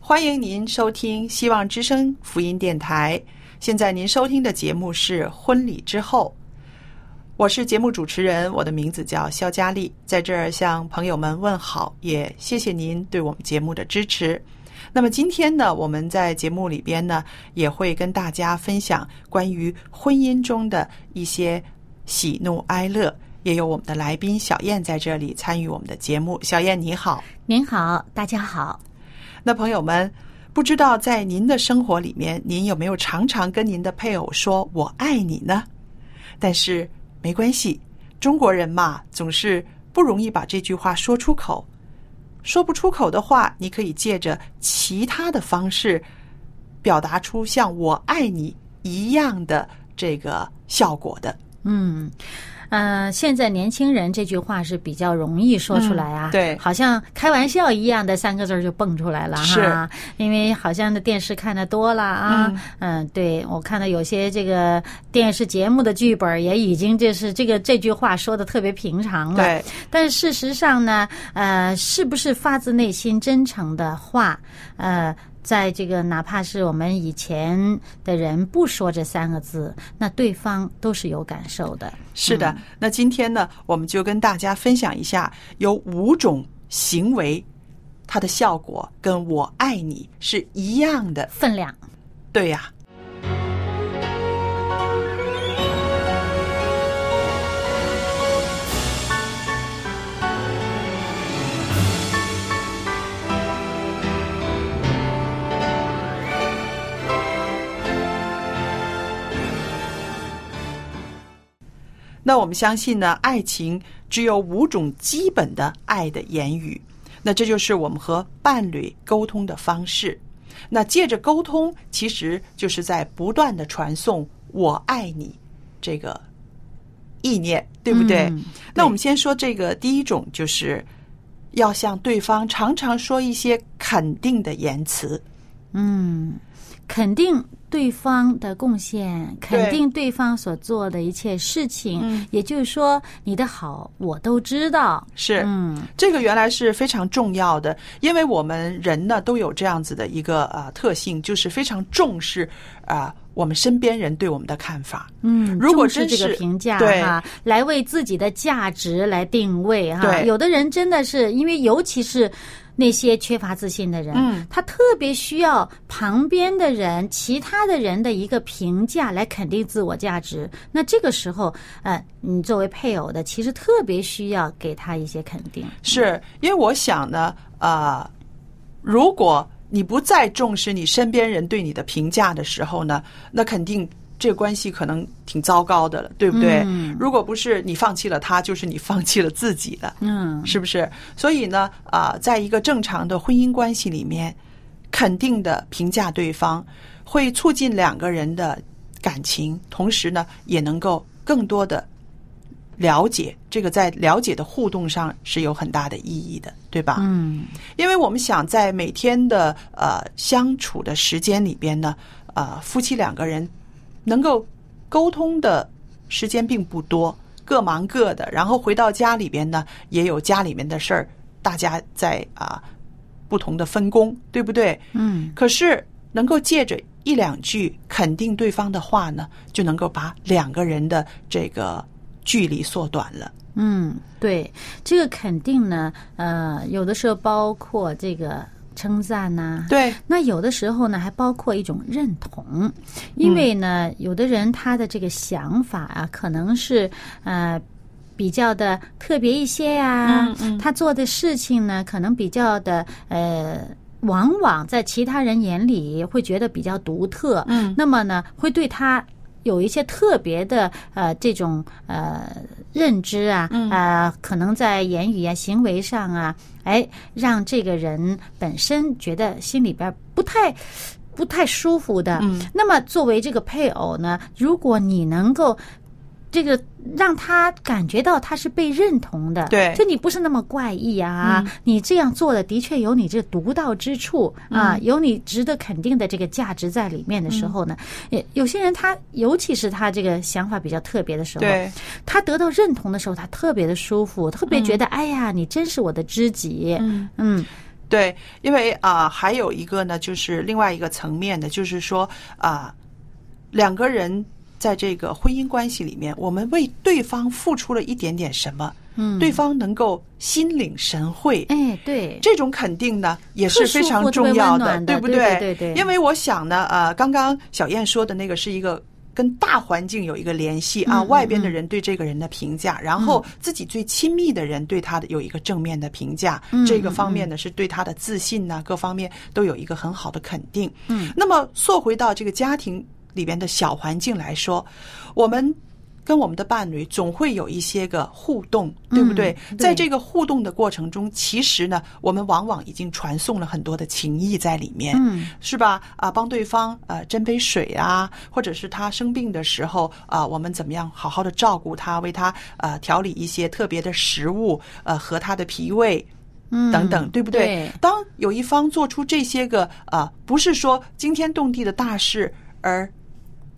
欢迎您收听希望之声福音电台。现在您收听的节目是《婚礼之后》，我是节目主持人，我的名字叫肖佳丽，在这儿向朋友们问好，也谢谢您对我们节目的支持。那么今天呢，我们在节目里边呢，也会跟大家分享关于婚姻中的一些喜怒哀乐，也有我们的来宾小燕在这里参与我们的节目。小燕你好。您好，大家好。那朋友们，不知道在您的生活里面，您有没有常常跟您的配偶说“我爱你”呢？但是没关系，中国人嘛，总是不容易把这句话说出口。说不出口的话，你可以借着其他的方式表达出像“我爱你”一样的这个效果的。嗯，呃，现在年轻人这句话是比较容易说出来啊，嗯对好像开玩笑一样的三个字儿就蹦出来了哈。因为好像的电视看的多了啊，嗯对我看到有些这个电视节目的剧本儿也已经这是这个这句话说的特别平常了。对，但事实上呢，呃，是不是发自内心真诚的话，呃，在这个哪怕是我们以前的人不说这三个字，那对方都是有感受的。是的，那今天呢，我们就跟大家分享一下，有五种行为，它的效果跟我爱你是一样的。分量，对呀、那我们相信呢，爱情只有五种基本的爱的言语，那这就是我们和伴侣沟通的方式。那借着沟通，其实就是在不断的传送“我爱你”这个意念，对不对？嗯那我们先说这个第一种，就是要向对方常常说一些肯定的言辞。嗯，肯定对方的贡献，肯定对方所做的一切事情，嗯也就是说，你的好我都知道。是，嗯，这个原来是非常重要的，因为我们人呢都有这样子的一个呃特性，就是非常重视啊、呃我们身边人对我们的看法。嗯，如果重视真这个是评价对哈，来为自己的价值来定位哈。对有的人真的是因为，尤其是那些缺乏自信的人，嗯他特别需要旁边的人、其他的人的一个评价来肯定自我价值。那这个时候，呃，你作为配偶的，其实特别需要给他一些肯定。是因为我想呢，呃，如果你不再重视你身边人对你的评价的时候呢，那肯定这关系可能挺糟糕的了，对不对？嗯如果不是你放弃了他，就是你放弃了自己了。嗯，是不是？所以呢，啊、在一个正常的婚姻关系里面，肯定的评价对方，会促进两个人的感情，同时呢，也能够更多的了解，这个在了解的互动上是有很大的意义的，对吧？嗯，因为我们想在每天的呃相处的时间里边呢，呃，夫妻两个人能够沟通的时间并不多，各忙各的。然后回到家里边呢，也有家里面的事儿，大家在啊、不同的分工，对不对？嗯，可是能够借着一两句肯定对方的话呢，就能够把两个人的这个距离缩短了。嗯，对，这个肯定呢，呃，有的时候包括这个称赞呐、对，那有的时候呢，还包括一种认同，因为呢，有的人他的这个想法啊，可能是呃比较的特别一些呀、他做的事情呢，可能比较的呃。往往在其他人眼里会觉得比较独特，嗯，那么呢，会对他有一些特别的呃这种呃认知啊，嗯呃，可能在言语啊、行为上啊，哎，让这个人本身觉得心里边不太。不太舒服的，嗯那么作为这个配偶呢，如果你能够这个让他感觉到他是被认同的，对嗯就你不是那么怪异啊，你这样做的的确有你这独到之处啊，嗯有你值得肯定的这个价值在里面的时候呢，嗯也有些人他尤其是他这个想法比较特别的时候，对，他得到认同的时候，他特别的舒服，特别觉得、嗯哎呀，你真是我的知己，嗯对，因为啊、还有一个呢，就是另外一个层面的，就是说啊、两个人在这个婚姻关系里面，我们为对方付出了一点点什么，嗯对方能够心领神会。哎，对，这种肯定呢，也是非常特别舒服特重要的，别温暖的不对对对对因为我想呢，呃，刚刚小燕说的那个是一个跟大环境有一个联系啊，嗯外边的人对这个人的评价，然后自己最亲密的人对他的有一个正面的评价，嗯这个方面呢是对他的自信呐、各方面都有一个很好的肯定。嗯，那么溯回到这个家庭里边的小环境来说，我们。跟我们的伴侣总会有一些个互动，对不对？嗯对在这个互动的过程中，其实呢，我们往往已经传送了很多的情谊在里面，嗯是吧？啊，帮对方呃斟杯水啊，或者是他生病的时候啊，我们怎么样好好的照顾他，为他呃调理一些特别的食物，呃和他的脾胃，嗯，等等，对不对？对当有一方做出这些个啊、呃不是说惊天动地的大事，而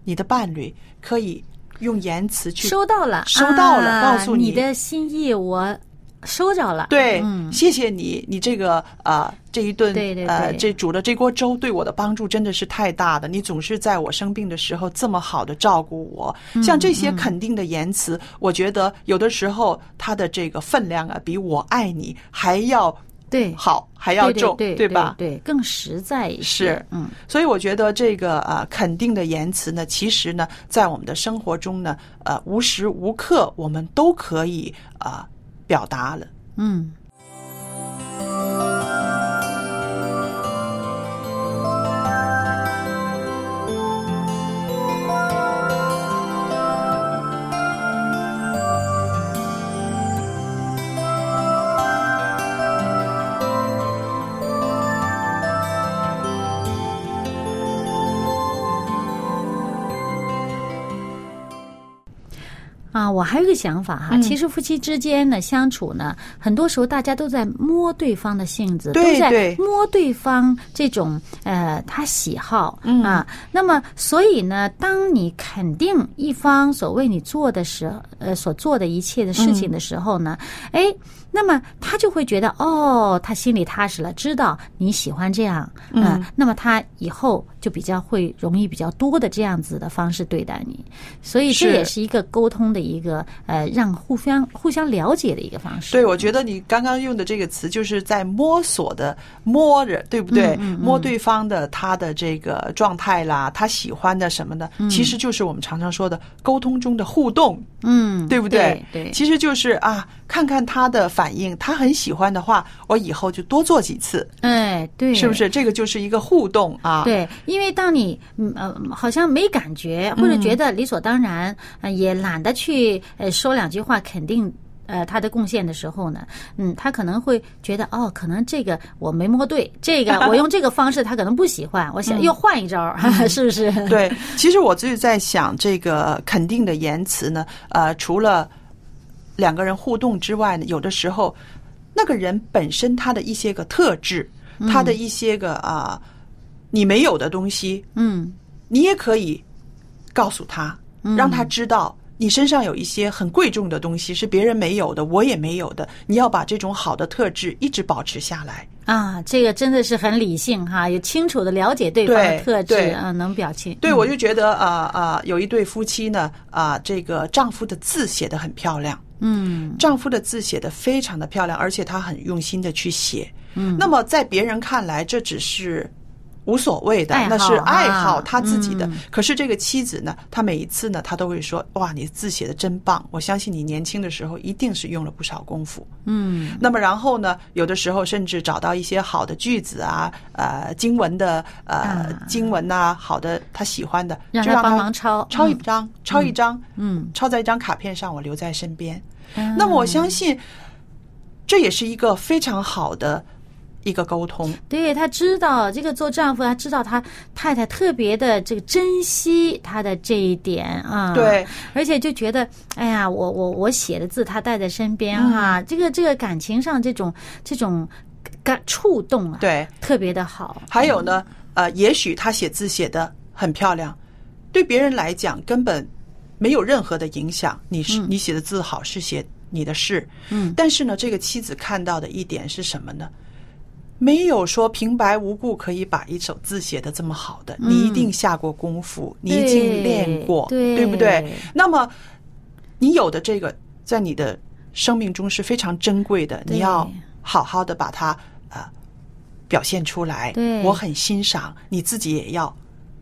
你的伴侣可以用言辞去收到了，收到了啊告诉你你的心意，我收着了。对，嗯，谢谢你，你这个啊、呃这一顿对对呃，对这煮的这锅粥对我的帮助真的是太大了。你总是在我生病的时候这么好的照顾我，嗯像这些肯定的言辞，我觉得有的时候它的这个分量啊，比我爱你还要对，好，还要对对重，对吧？对，对更实在一些。是嗯，所以我觉得这个呃肯定的言辞呢，其实呢，在我们的生活中呢，呃无时无刻我们都可以啊、呃表达了。嗯。啊，我还有一个想法嗯哈，其实夫妻之间呢相处呢，很多时候大家都在摸对方的性子，对都在对摸对方这种呃他喜好、嗯啊。那么，所以呢，当你肯定一方所为你做的时候，呃所做的一切的事嗯情的时候呢，哎、那么他就会觉得哦，他心里踏实了，知道你喜欢这样，嗯、那么他以后就比较会容易比较多的这样子的方式对待你，所以这是也是一个沟通的一个呃，让互相互相了解的一个方式。对，我觉得你刚刚用的这个词就是在摸索的摸着，对不嗯对？摸对方的他的这个状态啦，他喜欢的什么的，其实就是我们常常说的沟通中的互动，嗯，对不对？对，其实就是啊，看看他的反应，他很喜欢的话，我以后就多做几次，哎，对，是不？是？这个就是一个互动啊。对，因为当你嗯呃好像没感觉，或者觉嗯得理所当然，呃也懒得去呃说两句话肯定呃他的贡献的时候呢，嗯，他可能会觉得哦，可能这个我没摸对，这个我用这个方式他可能不喜欢，我嗯想又换一招儿， 是不是？对，其实我就是在想，这个肯定的言辞呢，呃，除了两个人互动之外呢，有的时候那个人本身他的一些个特质，他的一些个啊、你没有的东西，嗯你也可以告诉他，让他知道你身上有一些很贵重的东西是别人没有的，我也没有的。你要把这种好的特质一直保持下来。啊，这个真的是很理性哈，有清楚的了解对方的对特质对啊，能表情。对，我就觉得啊啊、有一对夫妻呢啊、这个丈夫的字写得很漂亮，嗯丈夫的字写得非常的漂亮，而且他很用心的去写。嗯，那么在别人看来，这只是。无所谓的爱，好那是爱好啊他自己的。嗯可是这个妻子呢，她每一次呢，她都会说：“哇，你字写的真棒！我相信你年轻的时候一定是用了不少功夫。”嗯那么然后呢，有的时候甚至找到一些好的句子啊，呃，经文的呃啊经文呐、好的他喜欢的，让就他让帮他忙抄抄一嗯张，抄一张，嗯，抄在一张卡片上，我留在身边。啊那么我相信，这也是一个非常好的一个沟通。对他知道这个做丈夫，他知道他太太特别的这个珍惜他的这一点啊，对，而且就觉得，哎呀，我我我写的字他带在身边哈、嗯这个这个感情上这种这种感触动啊，，对，特别的好，还有呢，呃，也许他写字写的很漂亮，对别人来讲根本没有任何的影响。你是、你写的字好是写你的事，嗯，但是呢，这个妻子看到的一点是什么呢？没有说平白无故可以把一手字写的这么好的，嗯你一定下过功夫，你一定练过，对不对对？那么你有的这个在你的生命中是非常珍贵的，对你要好好的把它呃表现出来。对我很欣赏，你自己也要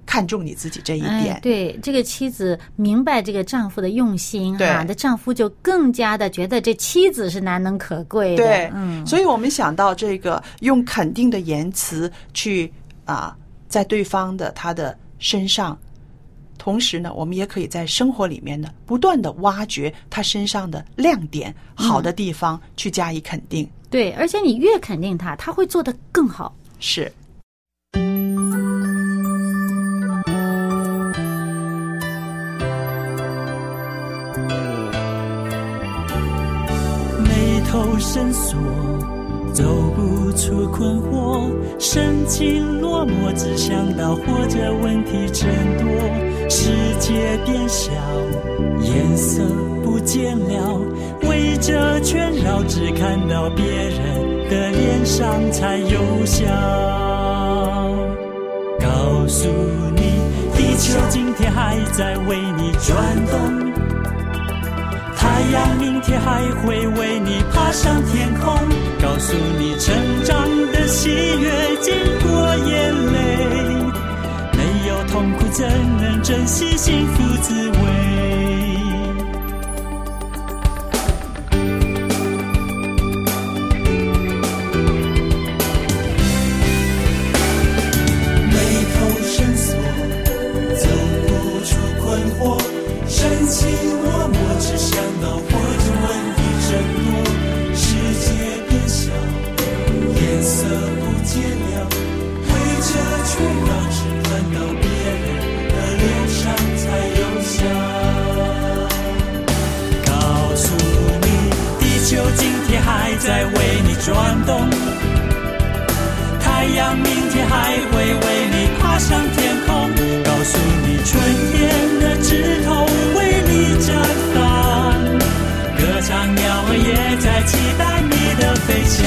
看重你自己这一点。哎、对，这个妻子明白这个丈夫的用心哈、对那丈夫就更加的觉得这妻子是难能可贵的，对，嗯，所以我们想到这个用肯定的言辞去啊、在对方的他的身上，同时呢，我们也可以在生活里面呢，不断的挖掘他身上的亮点、好的地方，去加以肯定。对，而且你越肯定他，他会做得更好。是，眉头深锁，走不出困惑，深情落寞，只想到活着问题真多，世界变小，颜色不见了，围着圈绕，只看到别人的脸上才有笑。告诉你，地球今天还在为你转动。太阳明天还会为你爬上天空，告诉你成长的喜悦，经过眼泪，没有痛苦怎能珍惜幸福滋味？眉头深锁。走不出困惑，深情落寞，只想到活着问题真多，世界变小，颜色不见了，围着圈绕，只看到别人的脸上才有笑。告诉你，地球今天还在为你转动。太阳明天还会为你爬上天空，告诉你春天的枝头为你绽放，歌唱鸟儿也在期待你的飞翔。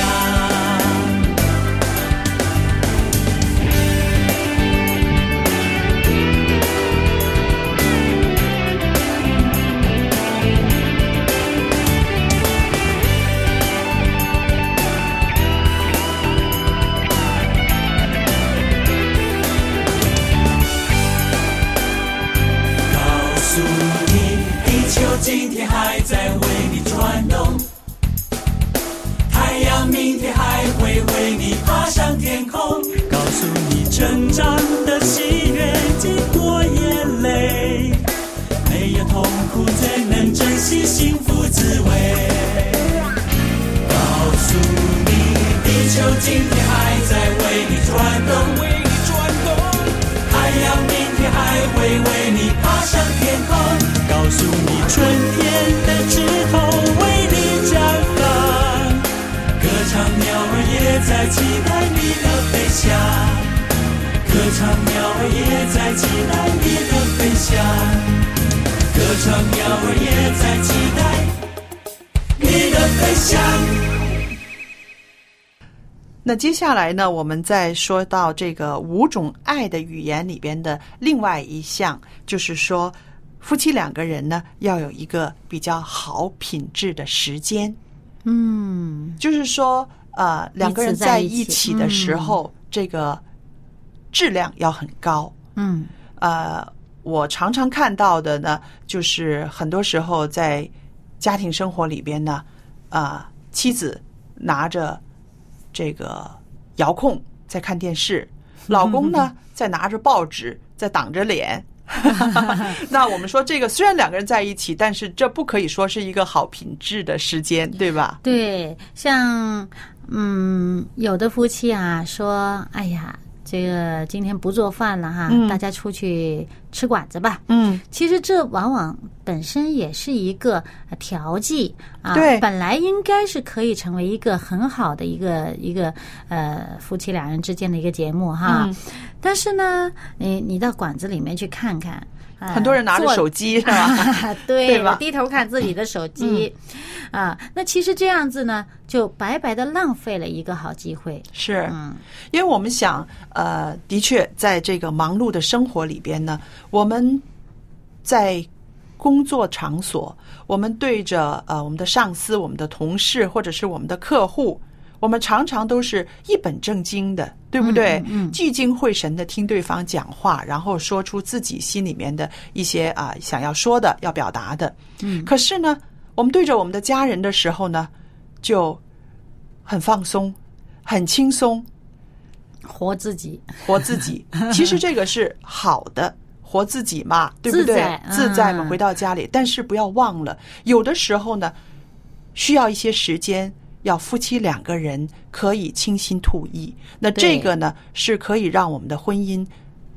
告诉你，地球今天还在为你转动，太阳明天还会为你爬上天空。告诉你，成长的喜悦经过眼泪，没有痛苦怎能珍惜幸福滋味？告诉你，地球今天还在为你转动，为你转动，太阳明天还会为你爬上天空。告诉你，春天的枝头为你期待你的飞翔，歌唱鸟儿也在期待你的飞翔，歌唱鸟儿也在期待你的飞翔。那接下来呢，我们再说到这个五种爱的语言里边的另外一项，就是说，夫妻两个人呢要有一个比较好品质的时间，嗯，就是说，呃，两个人在一起嗯的时候，这个质量要很高。嗯呃，我常常看到的呢，就是很多时候在家庭生活里边呢，啊、妻子拿着这个遥控在看电视，老公呢在拿着报纸在挡着脸。 那我们说，这个虽然两个人在一起，但是这不可以说是一个好品质的时间，对吧？对，像嗯，有的夫妻啊说，哎呀，这个今天不做饭了哈，大家出去吃馆子吧。嗯，其实这往往本身也是一个呃调剂啊，对本来应该是可以成为一个很好的一个一个呃夫妻两人之间的一个节目哈。嗯但是呢，你你到馆子里面去看看，呃很多人拿着做手机是吧？啊， 对，对吧嗯我低头看自己的手机，啊，那其实这样子呢，就白白的浪费了一个好机会。是，嗯因为我们想，呃，的确，在这个忙碌的生活里边呢，我们在工作场所，我们对着呃我们的上司、我们的同事或者是我们的客户，我们常常都是一本正经的，对不对？嗯嗯聚精会神的听对方讲话，然后说出自己心里面的一些啊、想要说的、要表达的。嗯可是呢，我们对着我们的家人的时候呢，就很放松，很轻松。活自己，活自 己。其实这个是好的，活自己嘛，对不自对在？自在嘛，嗯回到家里。但是不要忘了，有的时候呢，需要一些时间，要夫妻两个人可以倾心吐意。那对这个呢，是可以让我们的婚姻。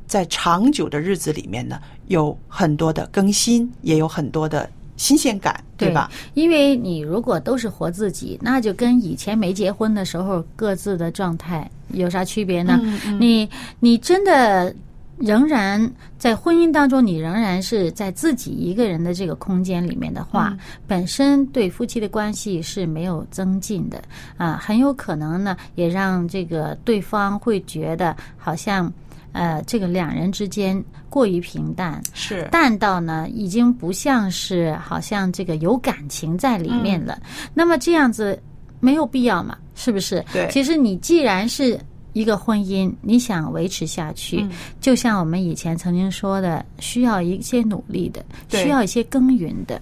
在长久的日子里面呢，有很多的更新，也有很多的新鲜感，对吧？？因为你如果都是活自己，那就跟以前没结婚的时候各自的状态有啥区别呢？嗯你你真的。仍然在婚姻当中，你仍然是在自己一个人的这个空间里面的话，嗯本身对夫妻的关系是没有增进的啊，很有可能呢，也让这个对方会觉得好像，呃，这个两人之间过于平淡，是淡到呢，已经不像是好像这个有感情在里面了。那么这样子没有必要嘛，是不是？嗯对其实你既然是一个婚姻，你想维持下去，嗯就像我们以前曾经说的，需要一些努力的，对需要一些耕耘的。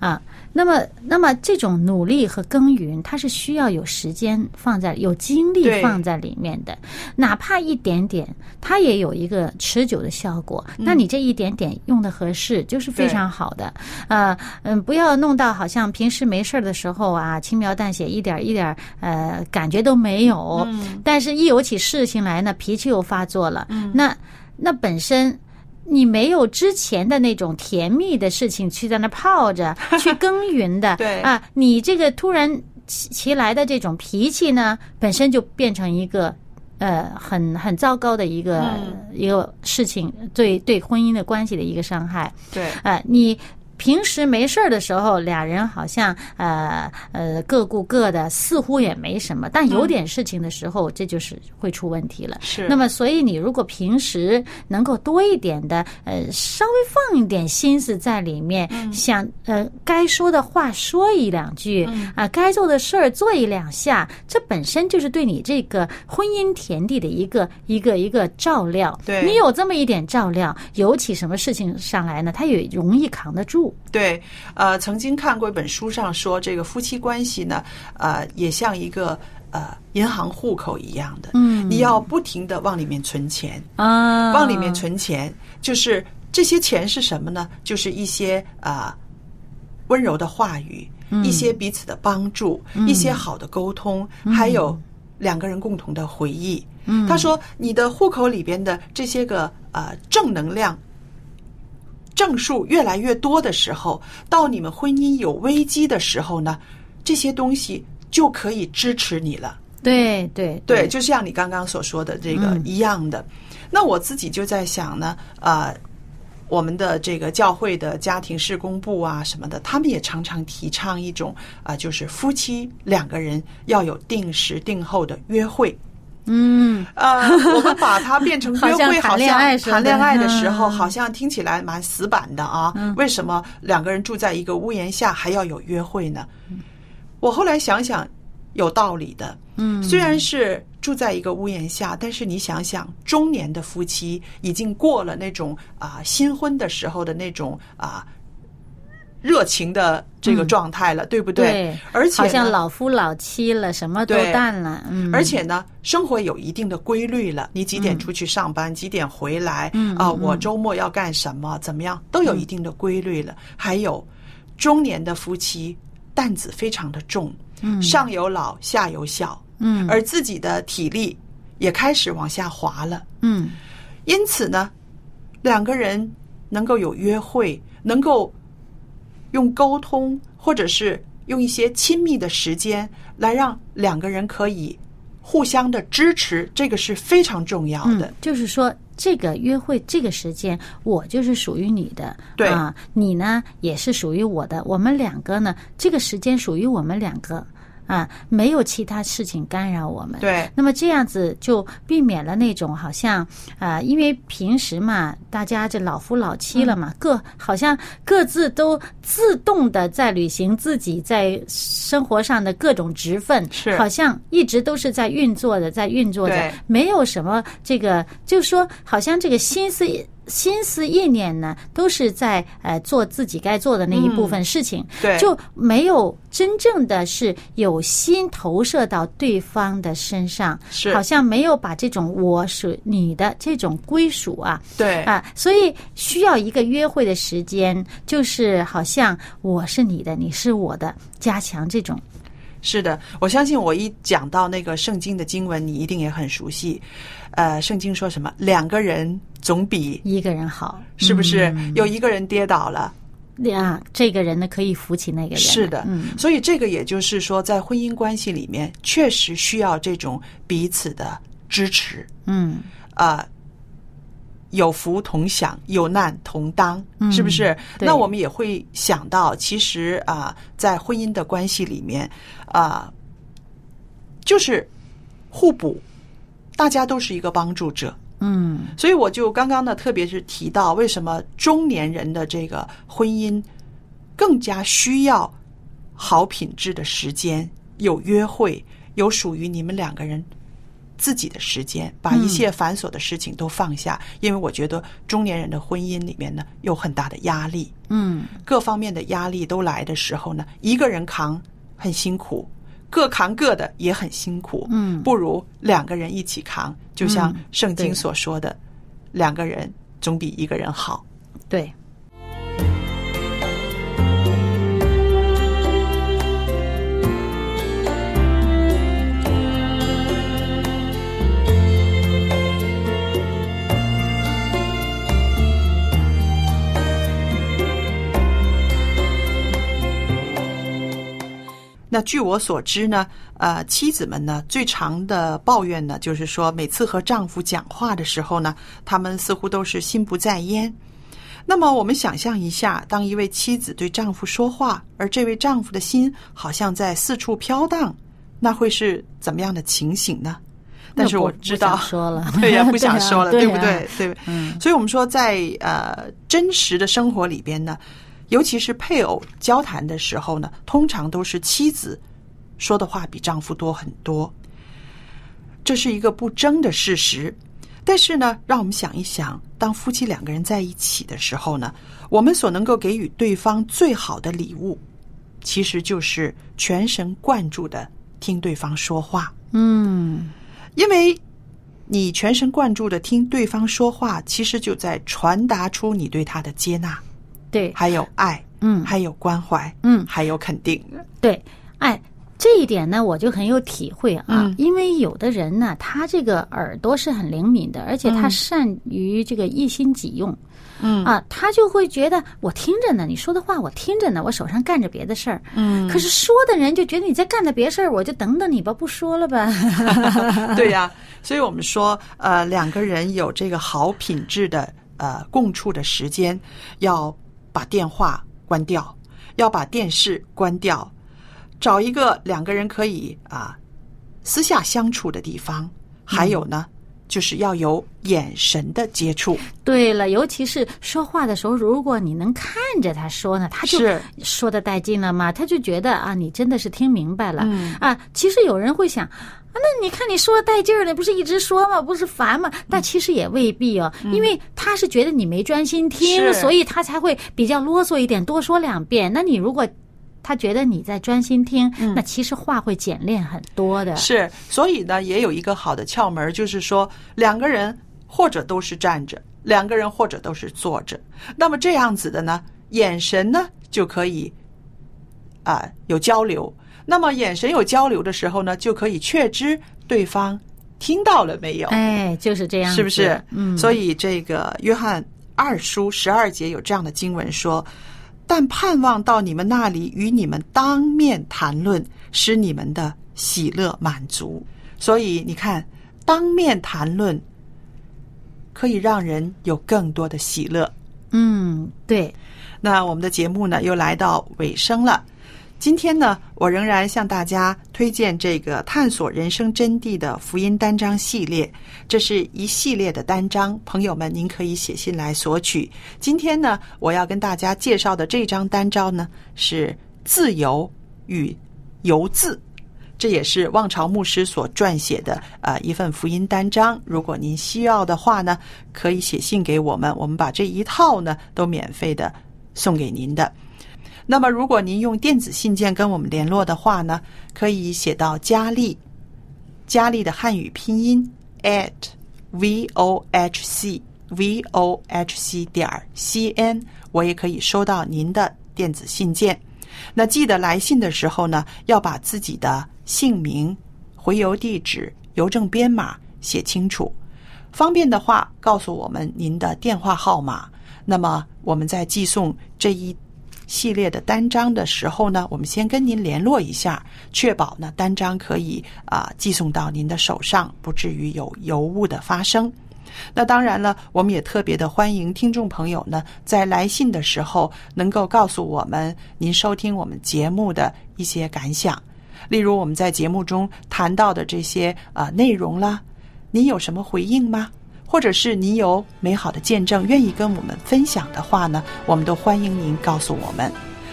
啊，那么，那么这种努力和耕耘，它是需要有时间放在、有精力对放在里面的，哪怕一点点，它也有一个持久的效果。那你这一点点用的合适，就是非常好的。呃，嗯，不要弄到好像平时没事儿的时候啊，轻描淡写，一点儿一点儿，呃，感觉都没有。但是，一有起事情来呢，脾气又发作了。那那本身。你没有之前的那种甜蜜的事情去在那泡着，去耕耘的，对啊，你这个突然其其来的这种脾气呢，本身就变成一个呃很很糟糕的一个、一个事情，对对婚姻的关系的一个伤害。对，呃，你平时没事儿的时候，俩人好像呃呃各顾各的，似乎也没什么，但有点事情的时候，这就是会出问题了。是那么，所以你如果平时能够多一点的，呃，稍微放一点心思在里面，嗯想呃该说的话说一两句，啊、嗯该做的事儿做一两下，这本身就是对你这个婚姻田地的一个一个一个照料。对你有这么一点照料，有起什么事情上来呢，他也容易扛得住。对，呃，曾经看过一本书上说，这个夫妻关系呢，呃，也像一个呃银行户口一样的，嗯你要不停的往里面存钱，啊往里面存钱，就是这些钱是什么呢？就是一些啊、温柔的话语，一些彼此的帮助，一些好的沟通，还有两个人共同的回忆。嗯，他说你的户口里边的这些个呃正能量。正数越来越多的时候，到你们婚姻有危机的时候呢，这些东西就可以支持你了。对对对，就像你刚刚所说的这个嗯一样的。那我自己就在想呢，啊、我们的这个教会的家庭事工部啊什么的，他们也常常提倡一种啊、就是夫妻两个人要有定时定后的约会。嗯，呃，我们把它 变成好约像会，谈好恋爱像似的谈恋爱的时候，嗯好像听起来蛮死板的啊。为什么两个人住在一个屋檐下还要有约会呢？我后来想想，有道理的。嗯，虽然是住在一个屋檐下，但是你想想，中年的夫妻已经过了那种啊、新婚的时候的那种啊、热情的这个状态了，对不对？嗯对而且好像呢老夫老妻了，什么都对淡了，嗯，而且呢，生活有一定的规律了，你几点出去上班，几点回来，啊、嗯嗯我周末要干什么，怎么样，都有一定的规律了。嗯还有，中年的夫妻担子非常的重，嗯上有老，下有小，嗯而自己的体力也开始往下滑了。嗯因此呢，两个人能够有约会，能够用沟通，或者是用一些亲密的时间来让两个人可以互相的支持，这个是非常重要的。嗯，就是说这个约会这个时间，我就是属于你的，对啊，你呢也是属于我的，我们两个呢，这个时间属于我们两个啊，没有其他事情干扰我们，对那么这样子就避免了那种好像啊、呃因为平时嘛，大家这老夫老妻了嘛，嗯各好像各自都自动的在履行自己在生活上的各种职分，是好像一直都是在运作的，在运作对着，没有什么这个，就说好像这个心思。心思意念呢，都是在呃做自己该做的那一部分事情，对就没有真正的是有心投射到对方的身上，是好像没有把这种我是你的这种归属啊对啊，所以需要一个约会的时间，就是好像我是你的，你是我的，加强这种是的，我相信我一讲到那个圣经的经文，你一定也很熟悉。呃，圣经说什么？两个人总比一个人好，是不是有一个人跌倒了？嗯啊，这个人呢可以扶起那个人，是的，嗯，所以这个也就是说，在婚姻关系里面，确实需要这种彼此的支持嗯啊、有福同享，有难同当，嗯是不是？对那我们也会想到，其实啊、在婚姻的关系里面啊、就是互补，大家都是一个帮助者。嗯所以我就刚刚呢，特别是提到为什么中年人的这个婚姻更加需要好品质的时间，有约会，有属于你们两个人自己的时间，把一切繁琐的事情都放下。因为我觉得中年人的婚姻里面呢，有很大的压力，嗯，各方面的压力都来的时候呢，一个人扛很辛苦，各扛各的也很辛苦。嗯不如两个人一起扛，就像嗯圣经对所说的，两个人总比一个人好。对，那据我所知呢，呃，妻子们呢最常的抱怨呢，就是说每次和丈夫讲话的时候呢，他们似乎都是心不在焉。那么我们想象一下，当一位妻子对丈夫说话，而这位丈夫的心好像在四处飘荡，那会是怎么样的情形呢？但是那不我知道，不想，说了 对呀、啊不想说 了，对啊嗯不对？？对，所以我们说在，呃真实的生活里边呢，尤其是配偶交谈的时候呢，通常都是妻子说的话比丈夫多很多，这是一个不争的事实。但是呢，让我们想一想，当夫妻两个人在一起的时候呢，我们所能够给予对方最好的礼物，其实就是全神贯注的听对方说话。嗯因为你全神贯注的听对方说话，其实就在传达出你对他的接纳，对，还有爱，嗯还有关怀，嗯还有肯定。对，哎，这一点呢，我就很有体会啊，嗯因为有的人呢，他这个耳朵是很灵敏的，而且他善于这个一心几用。嗯啊，他就会觉得我听着呢，你说的话我听着呢，我手上干着别的事儿。嗯，可是说的人就觉得你在干着别事儿，我就等等你吧，不说了吧。嗯 对呀、所以我们说，呃，两个人有这个好品质的呃共处的时间，要把电话关掉，要把电视关掉，找一个两个人可以啊、私下相处的地方。还有呢，嗯就是要有眼神的接触，对了，尤其是说话的时候，如果你能看着他说呢，他就是说的带劲了嘛，他就觉得啊，你真的是听明白了、嗯啊。其实有人会想。啊，那你看你说的带劲儿呢，不是一直说吗？不是烦吗？但嗯其实也未必哦，因为他是觉得你没专心听，是所以他才会比较啰嗦一点，多说两遍。那你如果他觉得你在专心听，那其实话会简练很多的。嗯是，所以呢，也有一个好的窍门儿，就是说两个人或者都是站着，两个人或者都是坐着。那么这样子的呢，眼神呢就可以啊、有交流。那么眼神有交流的时候呢，就可以确知对方听到了没有，哎，就是这样子，是不是？嗯，所以这个约翰二书十二节有这样的经文说：“但盼望到你们那里与你们当面谈论，使你们的喜乐满足。”所以你看，当面谈论可以让人有更多的喜乐。嗯，对，那我们的节目呢又来到尾声了。今天呢，我仍然向大家推荐这个探索人生真谛的福音单章系列，这是一系列的单章，朋友们您可以写信来索取。今天呢，我要跟大家介绍的这张单章呢是自由与由自。这也是望潮牧师所撰写的呃一份福音单章。如果您需要的话呢，可以写信给我们，我们把这一套呢都免费的送给您的。那么，如果您用电子信件跟我们联络的话呢，可以写到佳丽，佳丽的汉语拼音 at v o h c v o h c 点 c n，我也可以收到您的电子信件。那记得来信的时候呢，要把自己的姓名、回邮地址、邮政编码写清楚。方便的话，告诉我们您的电话号码。那么我们在寄送这一系列的单张的时候呢，我们先跟您联络一下，确保呢单张可以啊、寄送到您的手上，不至于有邮误的发生。那当然了，我们也特别的欢迎听众朋友呢，在来信的时候能够告诉我们您收听我们节目的一些感想，例如我们在节目中谈到的这些啊、呃内容啦，您有什么回应吗？或者是您有美好的见证愿意跟我们分享的话呢，我们都欢迎您告诉我们。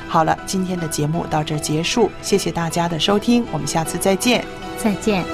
好了，今天的节目到这儿结束，谢谢大家的收听，我们下次再见。再见。